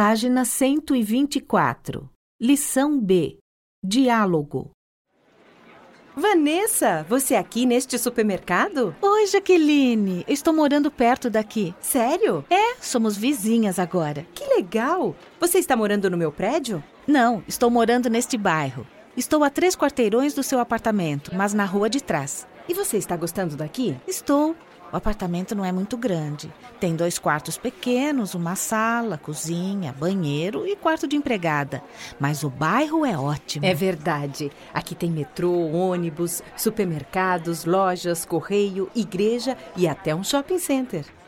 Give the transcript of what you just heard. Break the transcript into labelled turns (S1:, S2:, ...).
S1: Página 124. Lição B. Diálogo.
S2: Vanessa, você é aqui neste supermercado?
S1: Oi, Jaqueline. Estou morando perto daqui.
S2: Sério?
S1: É, somos vizinhas agora.
S2: Que legal! Você está morando no meu prédio?
S1: Não, estou morando neste bairro. Estou a três quarteirões do seu apartamento, mas na rua de trás.
S2: E você está gostando daqui?
S1: Estou. O apartamento não é muito grande. Tem dois quartos pequenos, uma sala, cozinha, banheiro e quarto de empregada. Mas o bairro é ótimo.
S2: É verdade. Aqui tem metrô, ônibus, supermercados, lojas, correio, igreja e até um shopping center.